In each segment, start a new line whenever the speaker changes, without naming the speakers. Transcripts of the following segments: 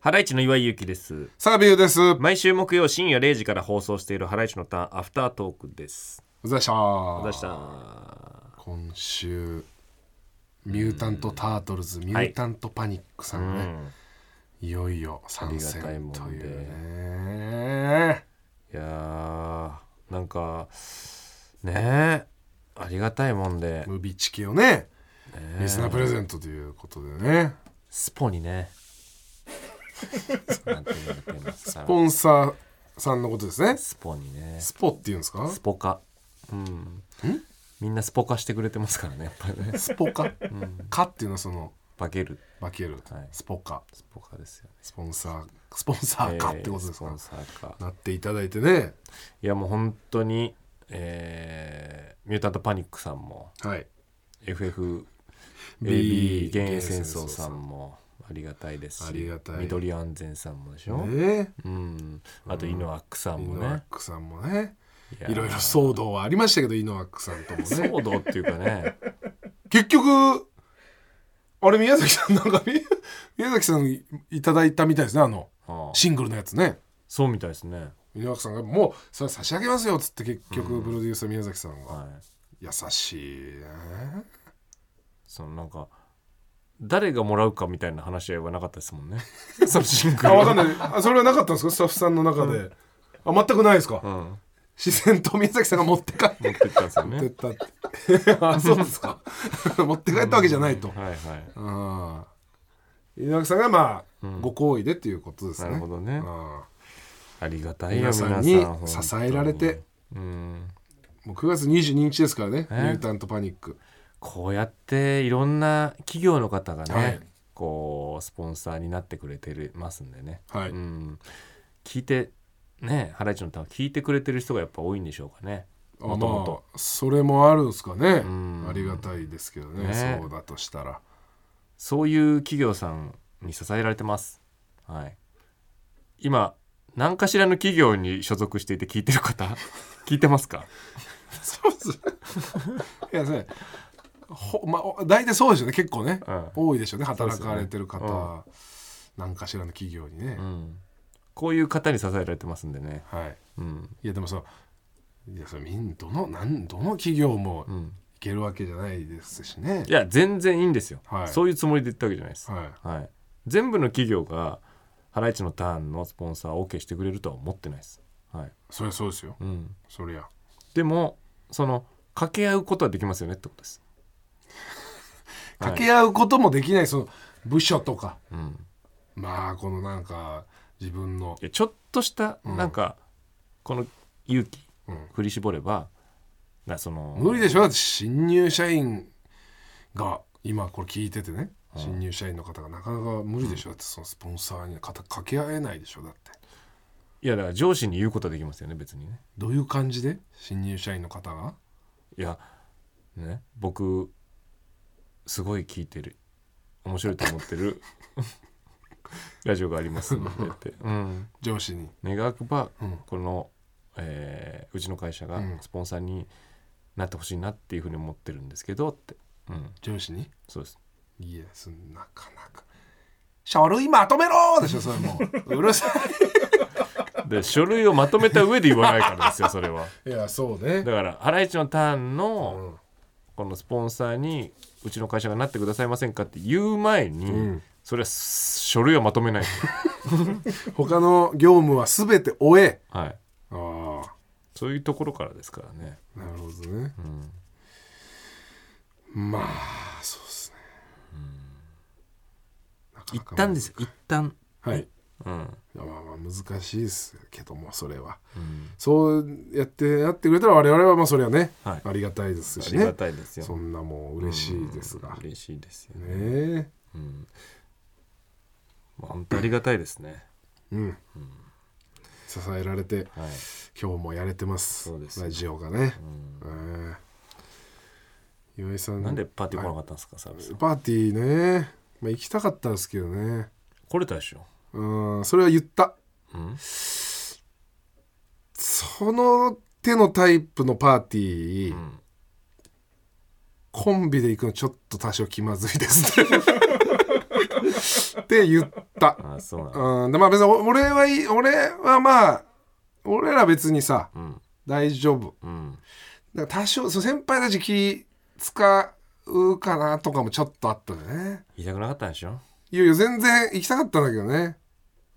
ハライチの岩井ゆきです。
サービューです。お疲れ様
毎週木曜深夜0時から放送しているハライチのターンアフタートークです。
でした。
お疲れ様でした。
今週、ミュータント・タートルズ、ミュータント・パニックさ
うん
ね、
ん。
い、よいよ参
あり
戦
がたい
と
もん
い
で
うね。
いやーなんかねえありがたいもんで、
ムービーチケをね、
ね
リスナープレゼントということでね、
スポにね。なんて言われてんの
スポンサーさんのことですね。
スポにね。
スポって言うんですか
スポ化。うん。みんなスポ化してくれてますからねやっぱりね。
スポカ、カっていうのはその、
化ける
化ける、
はい
スポカ、
スポ化ですよね。
スポンサー、スポンサーかってことですか、
えースポンサー化
なっていただいてね。
いやもう本当に、えーミュータントパニックさんも
はい。
FFAB
ビー
減塩戦争さんもありがたいですし
ありがたい
緑安全さんもでしょ、
ね
うん、あとイノアックさん
イ
も
ノワッ
ね
クさんもね
やー
いろいろ騒動はありましたけどイノワックさんともね
騒動っていうか ね
結局あれ宮崎さんなんかみ 宮崎さんにいただいたみたいですねあの
ああ
シングルのやつね
そうみたいですね
イノワックさんが「もうそれ差し上げますよ」っつって結局プロデューサー宮崎さんが
はい
優しいね
そのなんか誰がもらうかみたいな話はなかったですもん ねそのシンク
あ
ル
分かんないあそれはなかったんですかスタッフさんの中で、あ全くないですか、
うん、
自然と宮崎さんが持って帰っ
持ってったんですよね
てったって あそうですか持って帰ったわけじゃないと
はいはい
ああ稲垣さんがまあ、ご好意でっていうことですね。
なるほどね
ああ
ありがたいよ皆
皆
さ
さ
ん
んに
本当
支えられて
うん
もう9月22日ですからね「ミ
ええ
ュータントパニック
こうやっていろんな企業の方がね、
はい
こうスポンサーになってくれてるますんでね、」
はい、
うん、聞いてねハライチのターン聞いてくれてる人がやっぱ多いんでしょうかね
あ
もともと
まあそれもあるんですかね
ん
ありがたいですけどね
ね
そうだとしたら
そういう企業さんに支えられてます、はい、今何かしらの企業に所属していて聞いてる方 聞いてますか
そうですねいやそれほ、まあお、大体そうですよね結構ね、
うん
多いでしょうね働
そうですよ
か
ね
れてる方は何、かしらの企業にね、
うん、こういう方に支えられてますんでね、
はい
うん
いやでもそのいやそれみんどのなんどの企業も
うん、
いけるわけじゃないですしね
い。や全然いいんですよ、
はい
そういうつもりで言ったわけじゃないです、
は
はい、全部の企業がハライチのターンのスポンサーを OK してくれるとは思ってないです、はい
い。そりゃそうですよ。
うん、
そりゃ。
でもその掛け合うことはできますよねってこと です、はい
掛け合うこともできないその部署とか、
うん、
まあこのなんか自分の
い、やちょっとしたなんか、この勇気
うん
振り絞ればなその
無理でしょだって新入社員が今これ聞いててね、新入社員の方がなかなか無理でしょだってそのスポンサーにかた掛け合えないでしょだって。
いやだから上司に言うことはできますよね別にね
どういう感じで新入社員の方が
いやね僕すごい聞いてる面白いと思って るラジオがありますんでって、うん、
上司に。
願わくば、
うん
この、えーうちの会社が
うん
スポンサーになってほしいなっていうふうに思ってるんですけどって、うん、
上司に
そうです
いやそんなかなか。書類まとめろーでしょそれもう。うるさ
で書類をまとめた上で言わないからですよそれは
い。いやそうね。
だからハライチのターン
う
の
ん
このスポンサーにうちの会社がなってくださいませんかって言う前に、
うん
それは書類をまとめないと、
他の業務は全て終え
はい、
ああ
そういうところからですからね、
なるほどね
うん、
まあそうですねなかな
一
か
旦ですよ一旦
はいい
うん、
やまあまあ難しいですけどもそれは
うん、
そうやってやってくれたら我々はまあそれはね、
はい
ありがたいです
あ
し
り
ね
がたいですよ
そんなもう嬉しいですが、
嬉しいですよね
ねえ
うん、まあ本当ありがたいですね。
うん、支えられて
はい。
今日もやれてます
そうです
ラジオがね、
うん
ええ岩井さん
なんでパーティー来なかったんですか、サービス。
パーティーね、まあ、行きたかったんですけどね
来れたでしょ。
うんそれは言った
うん。
その手のタイプのパーティー、
うん
コンビで行くのちょっと多少気まずいですねって言っった
あそうなの
うんでまあ別に俺はいい俺はまあ俺ら別にさ
うん
大丈夫
うん
だから多少そう先輩たち気使うかなとかもちょっとあったよね
痛くなかったんでしょ
いやいや全然行きたかったんだけどね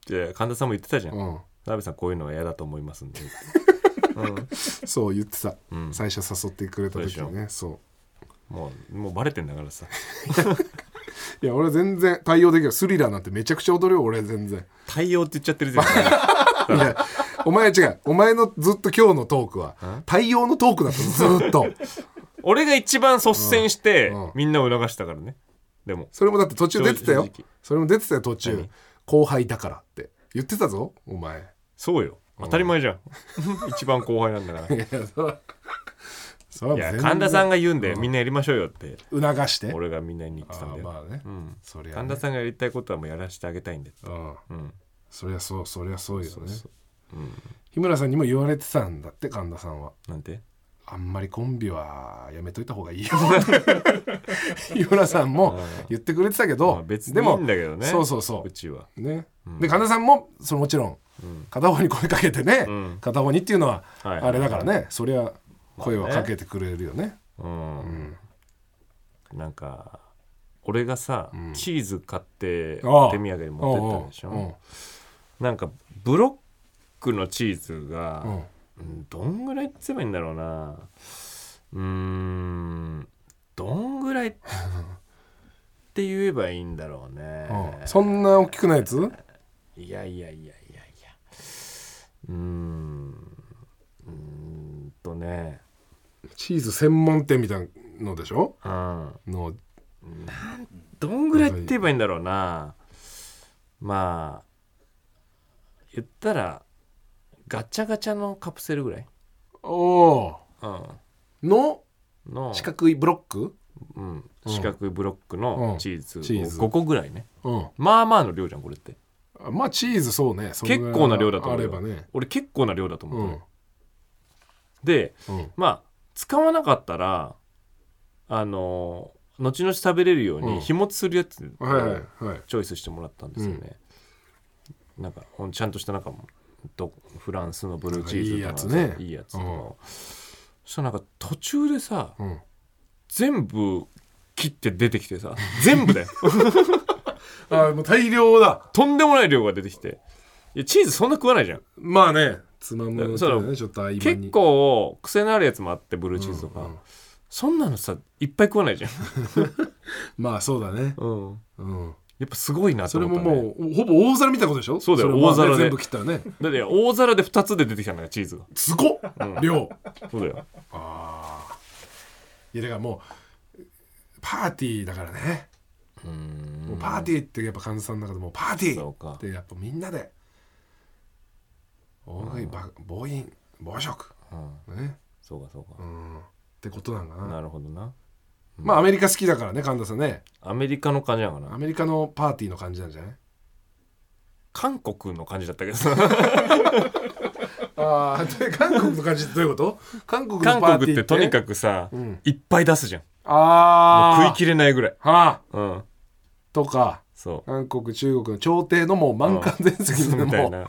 で神田さんも言ってたじゃん
うん
澤部さんこういうのは嫌だと思いますん でうん
そう言ってた、
うん
最初誘ってくれた時にねそ
もうもうバレてんだからさ
ういや俺全然対応できるスリラーなんてめちゃくちゃ踊るよ俺全 然
対応って言っちゃってる全然
いやお前違うお前のずっと今日のトークは対応のトークだった のずっと
俺が一番率先して
うんうん
みんなを促したからねでも
それもだって途中出てたよ
正直
それも出てたよ途中
何
後輩だからって言ってたぞお前
そうよ当たり前じゃん一番後輩なんだから
いやそれそれはいもう
や
全然
神田さんが言うんでみんなやりましょうよって
促して
俺がみんなに言ってたん
あ
だ
ー
よ
まあね、
うん
そりゃね、
神田さんがやりたいことはもうやらせてあげたいんで
うん
うん
そりゃそうそりゃそうよね
うん
日村さんにも言われてたんだって神田さんは
なんて
あんまりコンビはやめといた方がいいよ 日村さんも言ってくれてたけど、
まあ別に
で
いい
も
んだけどね
そうそうそう
ちは
うね、
うん
で神田さんもそれもちろん
うん
片方に声かけてね、
うん
片方にっていうのは
はいはいはい
あれだからね、そりゃ声はかけてくれるよね,、
うんなんか俺がさ
うん
チーズ買って手
ああ
土産に持ってったんでし
うんうん
ょなんかブロックのチーズが
うん
うんどんぐらいって言えばいいんだろうなうーんどんぐらいって言えばいいんだろうね
うんそんな大きくないやつ
いやいやいやいやいやうーんうーんとね
チーズ専門店みたいなのでしょ
うん
の
どんぐらいって言えばいいんだろうなまあ言ったらガチャガチャのカプセルぐらい、
お
う
ーの
ん、の
四角いブロック、
うん、四角いブロックの
うん
チーズ
チーズ
5個ぐらいね
うん、
まあまあの量じゃんこれって
あまあチーズそうねそんぐらい
結構な量だと思
あ
う
れ
よ
ばね
俺結構な量だと思
う
う、
ん、
で
うん、
まあ使わなかったらあの後々食べれるよう
うん
に日持ちするやつを
はいはいはい
チョイスしてもらったんですよね、なんかほんちゃんとしたなんかどフランスのブルーチーズとかさ
なんかいいやつね
いいやつと
う
か、
ん
そしたらなんか途中でさ
うん
全部切って出てきてさ全部だよ
あもう大量だ
とんでもない量が出てきていやチーズそんな食わないじゃん
まあねつまむの
そ
ね
う
ちょっと合間に
結構癖のあるやつもあってブルーチーズとか、
うんうん
そんなのさいっぱい食わないじゃん、
まあそうだね
うん、
うん
やっぱすごいなと
それ
思った、
も
ね、
もうほぼ大皿みたいなことでしょ
そうだよ
れもま
大
あね
皿で
全部切ったらね
だって大皿で2つで出てきたんだからチーズが
すごっ量
そうだよ
ああいやだからもうパーティーだからねもうパーティーってやっぱ神田さんの中でもうパーティ
そう
ー
か
ってやっぱみんなで大食いば暴飲暴食
うん
ね
そうかそうか
う、んってことなんかな
なるほどな
まあアメリカ好きだからね神田さんね
アメリカの感じなのか
ア
な
メリカのパーティーの感じなんじゃない
韓国の感じだったけどさ
ああで韓国の感じってどういうこと韓国の パ
韓
ーテ
国
ィー
ってとにかくさ、
うん
いっぱい出すじゃん
ああ
もう食い切れないぐらい
はあ
うん
とか
そ
韓国中国の朝廷のもう満館全席
う
で
みた
も
いうな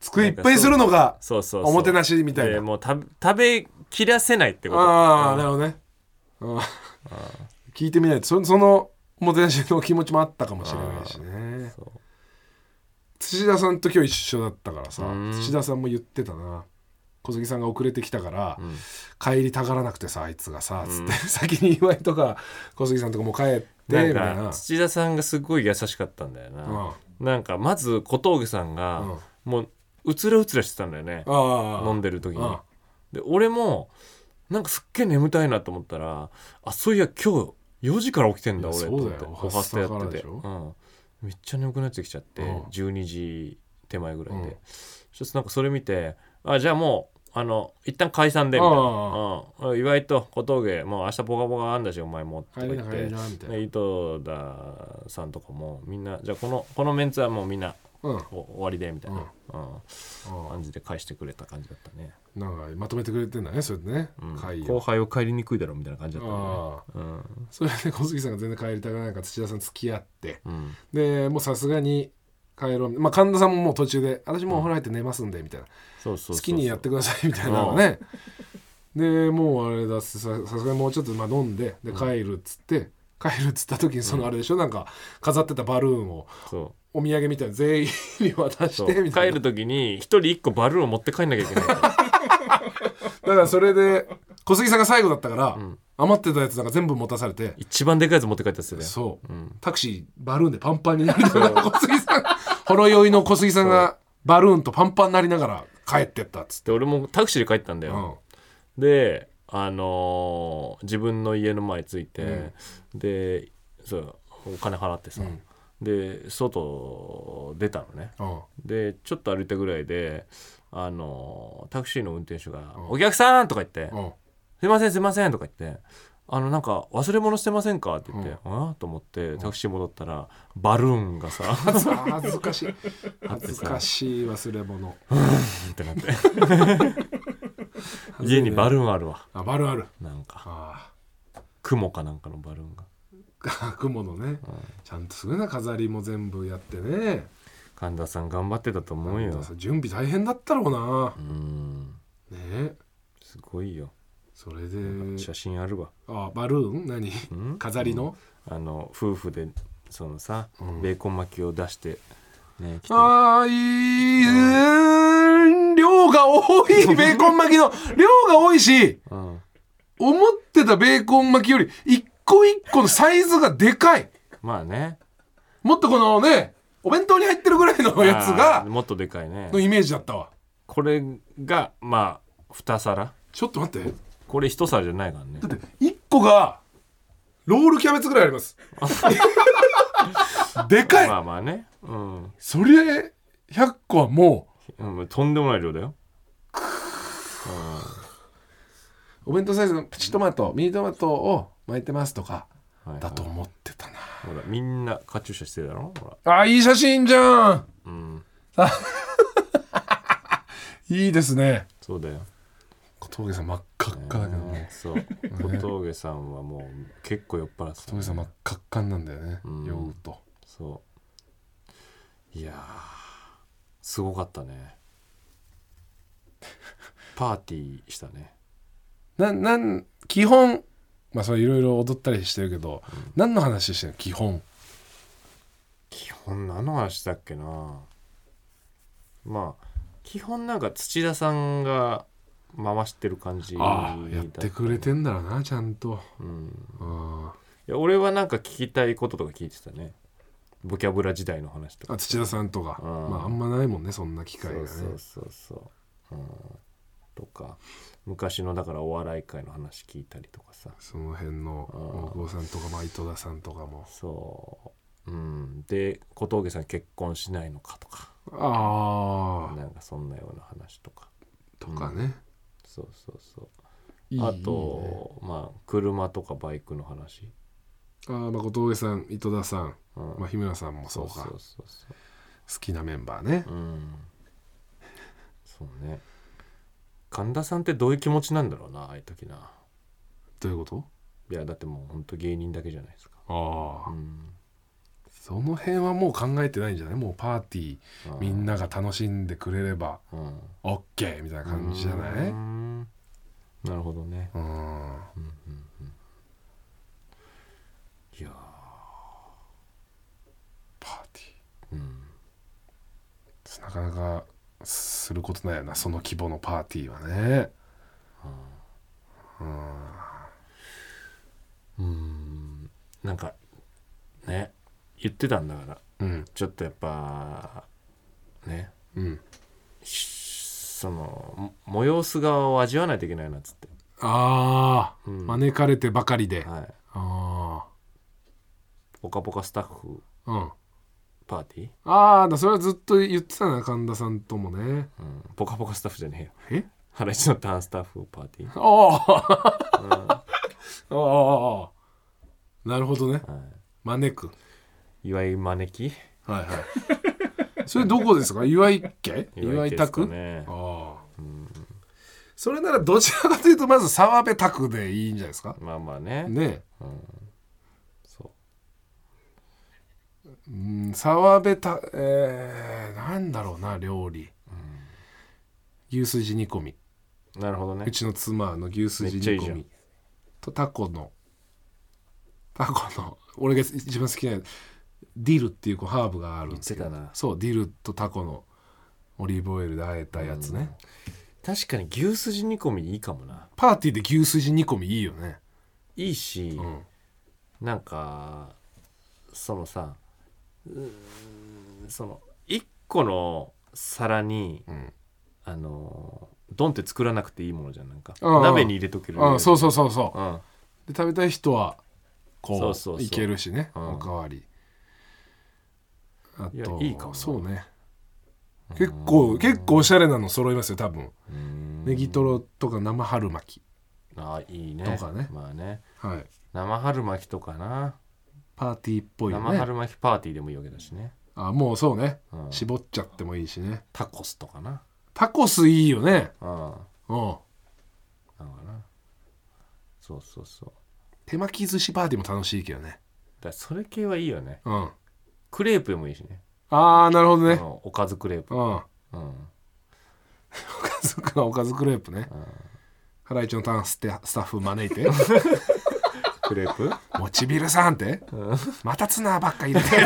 机いっぱいするのが
そうそうそう
おもてなしみたい
で
な
もうた食べきらせないってこと
ああなるほどね うん聞いてみないとそそのおもてなしの気持ちもあったかもしれないしね
そう
土田さんと今日一緒だったからさ
うん
土田さんも言ってたな小杉さんが遅れてきたから、
ん
帰りたがらなくてさあいつがさつって、 先に岩井とか小杉さんとかもう帰ってみたいな
なんか土田さんがすごい優しかったんだよな、なんかまず小峠さんが、
うん
もううつらうつらしてたんだよね
ああ
飲んでる時に
うん
で俺もなんかすっげえ眠たいなと思ったらあそういや今日4時から起きてんだ
い
俺
や
と
そう
思っ
だよ
ておはスタや
おはスタ
っ
か
てて、
らでし
う
ょ
ん、めっちゃ眠くなってきちゃって、
うん
12時手前ぐらいで、
うん
そしてなんかそれ見てあじゃあもうあの一旦解散でみたいな
あ
「うん、岩井と小峠もう明日ポカポカあんだしお前も」とか
帰り
言
な
っ
帰
て
り。なみたいな、
で井戸田さんとかもみんなじゃあこのこのメンツはもうみんな
うん
お終わりでみたいな、うん
う
感じで返してくれた感じだったね、
んなんかまとめてくれてんだねそれでね、
うん
会
後
を
輩を帰りにくいだろうみたいな感じだったね
あ
う
あ
ん
それで小杉さんが全然帰りたがらないから土田さん付き合って
うん
でもうさすがに帰ろうまあ神田さんももう途中で私もうお風呂入って寝ますんでみたいな
そうそうそうそう
好きにやってくださいみたいなのねでもうあれだささすがにもうちょっとまあ飲んでで帰るっつって帰るっつった時にそのあれでしょなんか飾ってたバルーンを
そう
お土産みたいな全員に渡し
そう
てみた
帰
いな
る時に一人一個バルーンを持って帰んなきゃいけ ないから
だからそれで小杉さんが最後だったから、
ん
余ってたやつなんか全部持たされて
一番でかいやつ持って帰ったっすよね
そう、
ん
タクシーバルーンでパンパンになりながら小杉さんほろ酔いの小杉さんがバルーンとパンパンになりながら帰ってったっつって、
で俺もタクシーで帰ったんだ
う
よ、
ん、
であのー自分の家の前着いて、でそうお金払ってさ、
うん
で外出たのね
うん
でちょっと歩いたぐらいであのータクシーの運転手が
うん
「お客さん!」とか言って
うん
「すいませんすいません」とか言って「あのなんか忘れ物してませんか?」って言って「あと思ってタクシー戻ったらバルーンがさ
恥ず恥ずかしい恥ずかしい忘れ物
って なって家にバルーンあるわ
あバルある
なんか
あ
雲かなんかのバルーンが
あ雲のねちゃんとすごいな飾りも全部やってね
神田さん頑張ってたと思う
だか
よ
らさ準備大変だったろうな
うん
ねえ
すごいよ
それで
写真あるわ
あバルーン何
ん
飾りの
あの夫婦でそのさ、ベーコン巻きを出してね来て
あーいいうん量が多いベーコン巻きの量が多いし
うん
思ってたベーコン巻きより一個一個のサイズがでかい
まあね
もっとこのねお弁当に入ってるぐらいのやつ
あー
が
もっとでかいね
のイメージだったわ
これがまあ2皿
ちょっと待って
これ1皿じゃないからね
だって1個がロールキャベツぐらいあります でかい、
まあまあねうん、
それ100個はも
うん、とんでもない量だよ
うお弁当サイズのプチトマトミニトマトを巻いてますとか
はいはい
だと思ってたな、
ほらみんなカチューシャしてるだろほら
あいい写真じゃん
うん
いいですね
そうだよ
小峠さん真っ赤っかだけどね
うんそう小峠さんはもう結構酔っ払って
小
た
峠さん真っ赤っかなんだよね
うん
酔うと
そういやーすごかったねパーティーしたね
ななん基本まあそれいろいろ踊ったりしてるけど、何の話してるの基本
基本何の話だっけなまあ基本なんか土田さんが回してる感じ
ああやってくれ
だ
てんだろうなちゃんと
たうん
うん
いや俺はなんか聞きたいこととか聞いてたねボキャブラ時代の話とか
あ土田さんとか
うん
まあ、あんまないもんねそんな機会がね
そうそうそうそう、うん、とか昔のだからお笑い界の話聞いたりとかさ
その辺の大久保さんとか、まあ、井戸田さんとかも
そう、うん、で小峠さん結婚しないのかとか
ああ
なんかそんなような話とか
とかね、
そうそうそう
いい
あ
いいね
とまあ車とかバイクの話、
あー、まあ、小峠さん井戸田さん、
うん
まあ、日村さんもそうか
そうそうそうそ
好きなメンバーね
ううんそうね神田さんってどういう気持ちなんだろうなああいう時な
どういうこと
いやだってもうほんと芸人だけじゃないですか
ああ、
うん
その辺はもう考えてないんじゃないもうパーティーみん
な
なが楽しんでくれれば
うん
オッケーみたいな感じじゃない
うんなるほどね
うん
いや
パーティー
ーうん
なかなかすることないよなその規模のパーティーはね
うんなんかね言ってたんだから
うん
ちょっとやっぱね
うん
しそのも催す側を味わわないといけないなっつって、
あ
う
あ、
ん
招かれてばかりで、
はい、
あ
ぽかぽかスタッフ
あうん
パーティー
ああだそれはずっと言ってたな神田さんともね
うんぽかぽかスタッフじゃねえよ
え
原市のターンスタッフパーティー、
あ あ、ああああなるほどね
は
招く
い、岩井招き
はいはいそれどこですか岩井家岩井
ですか
宅、
ね
ああ、それならどちらかというとまず澤部宅でいいんじゃないですか
まあまあね
ね
うん、そ
うん澤部たえー、なんだろうな料理牛すじ煮込み
なるほどね
うちの妻の牛すじ煮
めっちゃいいじ
込
ゃ
み
ん
とタコのタコの俺が一番好きなディルっていうこうハーブがあるんですけど
言ってたな
そうディルとタコのオリーブオイルで和えたやつね、
確かに牛すじ煮込みいいかもな
パーティーで牛すじ煮込みいいよね、
いいし、
うん、
なんかそのさうーんその一個の皿に
うん、
あのドンって作らなくていいものじゃんなんか
ああ
鍋に入れとける
あそう
そ
そうそうそう
う、ん、
で食べたい人はこう
そうそうそう
いけるしね、
うん
おかわりあ
いや
と
いいかもな
そうね結構結構おしゃれなの揃いますよ多分
うん
ネギトロとか生春巻き
あいいね
とかね
まあね
はい
生春巻きとかな、
パーティーっぽいよ
生
ね
春巻きパーティーでもいいわけだしね、
あもうそうね
うん、
絞っちゃってもいいしね
タコスとかな
タコスいいよね
うん
うん
なんかなそうそうそう
手巻き寿司パーティーも楽しいけどね
だからそれ系はいいよね
うん
クレープでもいいしね
あーなるほど
あ
ね
のおかずクレープ
うんお
うん
かずくおかずクレープね
うん
ハライチのターンステスタッフ招い て
クレープ
もちビルさんって、またツナばっか入れて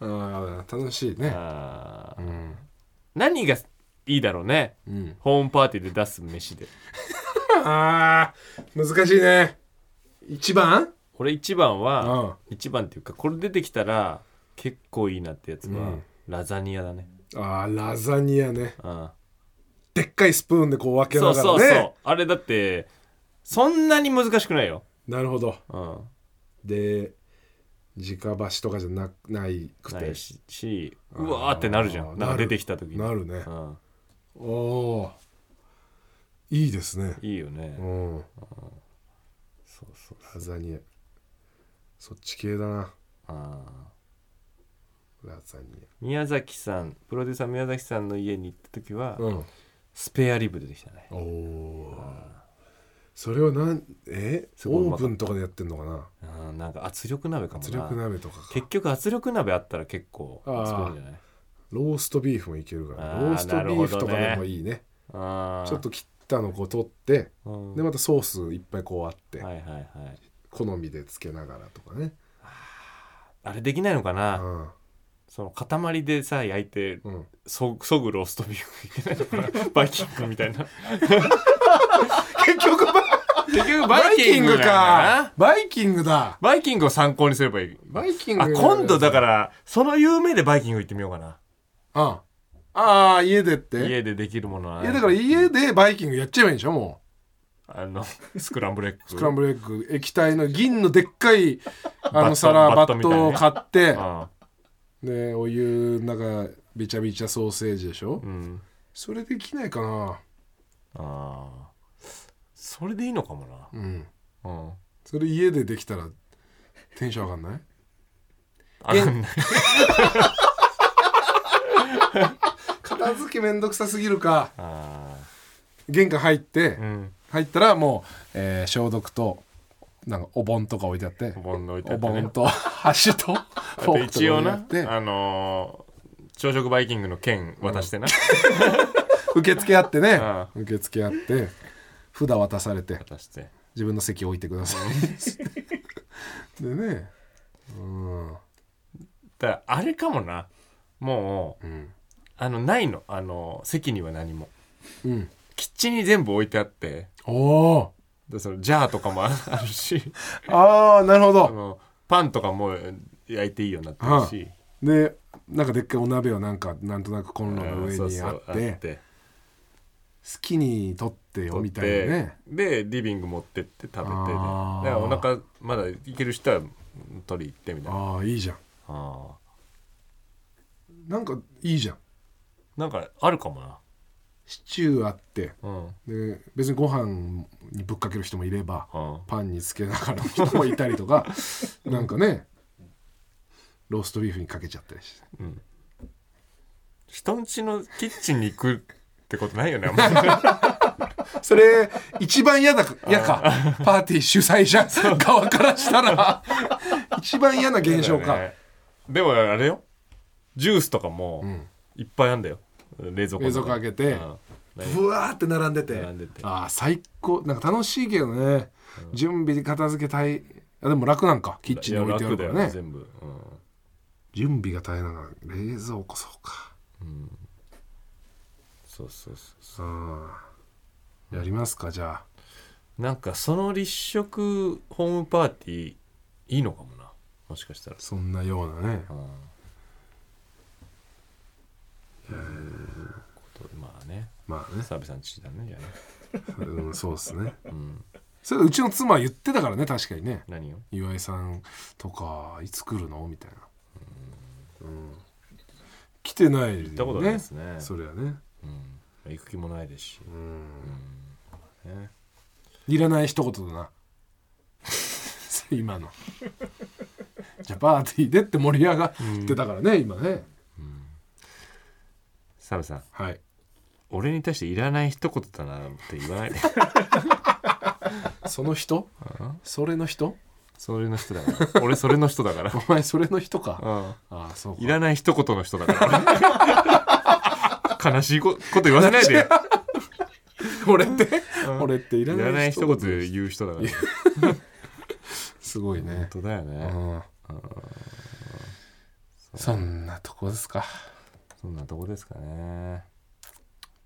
あー楽しいね
あー
うん、
何がいいだろうね
うん、
ホームパーティーで出す飯で
あー難しいね一番
俺一番は
あ
一番っていうかこれ出てきたら結構いいなってやつは、
うん
ラザニアだね
あーラザニアね
うん
でっかいスプーンでこう分け
そ
な
う
が
そ
ら
う
ね
そうあれだってそんなに難しくないよ
なるほど
うん
で直箸とかじゃなないく
な
て
いししうわーってなるじゃ
あー
んなんか
なる
出てきた時に
なるね
うん、
おおーいいですね
いいよね、
うん
そうそう
ラザニアそっち系だな
あ
ラザニ
ー宮崎さんプロデューサー宮崎さんの家に行った時は、
アうん
スペアリブ出てきたね
おおそれをなんえ
すごいうまか
オー
った
ブンとかでやってんのかな
うんなんか圧力鍋かもな
圧力鍋とかか
結局圧力鍋あったら結構
あー
作るんじゃない
ローストビーフもいけるから
あー
ローストビーフとか
な
で
るほ
も
ど
いいね
あー
ちょっと切ったのこう取って
うん
でまたソースいっぱいこうあって
はいはいはい
好みでつけながらとかね
あれできないのか
う
な、
ん
その塊でさ焼いて
うん
そそぐローストビーフいけないのか なバイキングみたいな
結局
結局
バイキング
なんだ
か
な
バイキングだ
バイキングを参考にすればいい
バイキング
あ今度だかららその有名でバイキング行ってみようかな
ああー家でってい
家でできるものは
やだから家でバイキングやっちゃえばいいんでしょもう
あ のスクランブルエッグ
スクランブルエッグ液体の銀のでっかいあ
バット
の皿
バッ
バ
ト
ッ
みたいな
ト
ね
を買って
あ
でお湯の中びちゃびちゃソーセージでしょ
ーうん
それできないかな
あーそれでいいのかも
うん
なうん
それ家でできたらテンション上がんない
あかんない
片付けめんどくさすぎるか
あ
玄関入っ
ーう
て
ん
入ったらもう、えー消毒となんかお盆とか置いてあって
お盆の置いてあ
お
ってね
盆と箸と
あ
フォ
と
ークと
一応な
置いてあっ
あのー朝食バイキングの券渡してな、
て受付あってね
あ
受付あって札渡されて
渡して
自分の席置いてくださ いでねうん、
だからあれかもなもう
うん
あのないのあの席には何も
うん、
キッチンに全部置いてあって
おお
でそのジャーとかもああるし
ああなるほ
あ
ど
のパンとかも焼いていいようになってるし、
でなんかでっかいお鍋をなんかなんとなくコンロの
うん
上
そう
に
そう
あって好きに取ってよみたいなね
でリビング持ってって食べてでだ
あー
からお腹まだいける人は取り行ってみたいな
ああいいじゃん
あ
なんかいいじゃん
ーなんかあるかもな
シチューあって
うん
で別にご飯にぶっかける人もいれば
うん
パンにつけながらの人もいたりと かなんかねローストビーフにかけちゃったりして
うん人んちのキッチンに行くってことないよねあんまり
それ一番嫌だ嫌かパーティー主催者側からしたら 一番嫌な現象か、
ねでもあれよジュースとかもいっぱいあんだよ冷蔵庫
冷蔵庫開けて
うん
ぶわーって並んでて
並んでて
ああ最高なんか楽しいけどね、準備片付けたいあでも楽なんかキッチンに置いてあるから
いや楽だよ
ね
全部、うん
準備が大変だから冷蔵庫そうか
そうそうそうそ
ああやりますかじゃあ
うなんかその立食ホームパーティーいいのかもなもしかしたら、
そんなようなね
うん、ことまあね
まあね、
澤部さんちだねじゃあね、
うん、そうですね
うん、
それうちの妻は言ってたからね確かにね
何よ
岩井さんとかいつ来るのみたいな、うん、来てないよね
行ったことないですね
そりゃね、
うん、行く気もないですし、
うん、
うんね、
いらない一言だな 今のじゃあパーティーでって盛り上がってたからね、今ね
澤部さん
はい
俺に対していらない一言だなって言わないで
その人それの人
それの人だから俺それの人だから、
お前それの人か、
うん
ああそうか
いらない一言の人だ から。悲しいここと言わせないでよ。
俺って、俺ってい
い
ら
らな
ないい
一
人
言言う人だから。
すごいね
本、当だよ
う
ね。
ん、そんなとこですか
そんなとこですかね。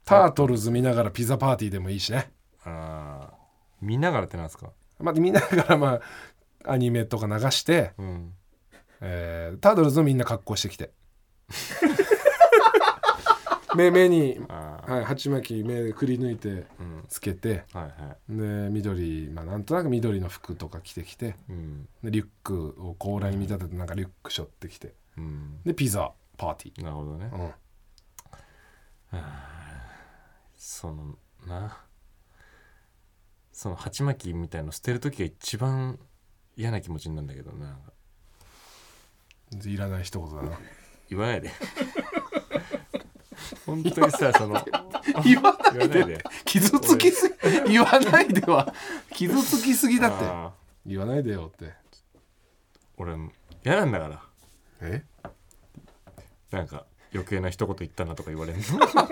タートルズ見ながらピザパーティーでもいいしね
ああ、見ながらってなんですか。
まあ、見ながらまあアニメとか流して、
うん。
えータートルズをみんな格好してきて 目目に、
ああ、
はい、鉢巻き目くり抜いて
うん。
つけて
はいは
で緑、まあ、なんとなく緑の服とか着てきて
い。うん。
でリュックを甲羅に見立ててなんかリュック背負ってきて
うん。
でピザパーティ
なるほどね
ー、。うん、
そのな。その鉢巻きみたいの捨てる時が一番嫌な気持ちになるんだけどな。
いらない一言だな
言わないで。 本当にさ、そ の。
言わ
言わないで。
傷つきすぎ言わないでは傷つきすぎだって
ああ
言わないでよって
俺嫌なんだから
え
なんか余計な一言言ったなとか言われる の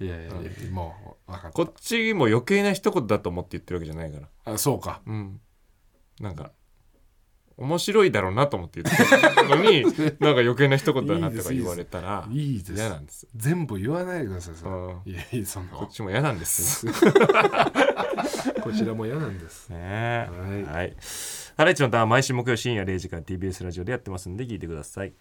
いやいやいや、もう分かった
こっちも余計な一言だと思って言ってるわけじゃないから
あそうか
うんなんか面白いだろうなと思って言ってるのに なんか余計な一言だなとか言われたら
いいです
嫌なんです
全部言わないでくださいそれ
うん
いやいやそんな
こっちも嫌なんですね
こちらも嫌なんです
え
はい
はいハライチのターン毎週木曜深夜0時から TBS ラジオでやってますんで聞いてください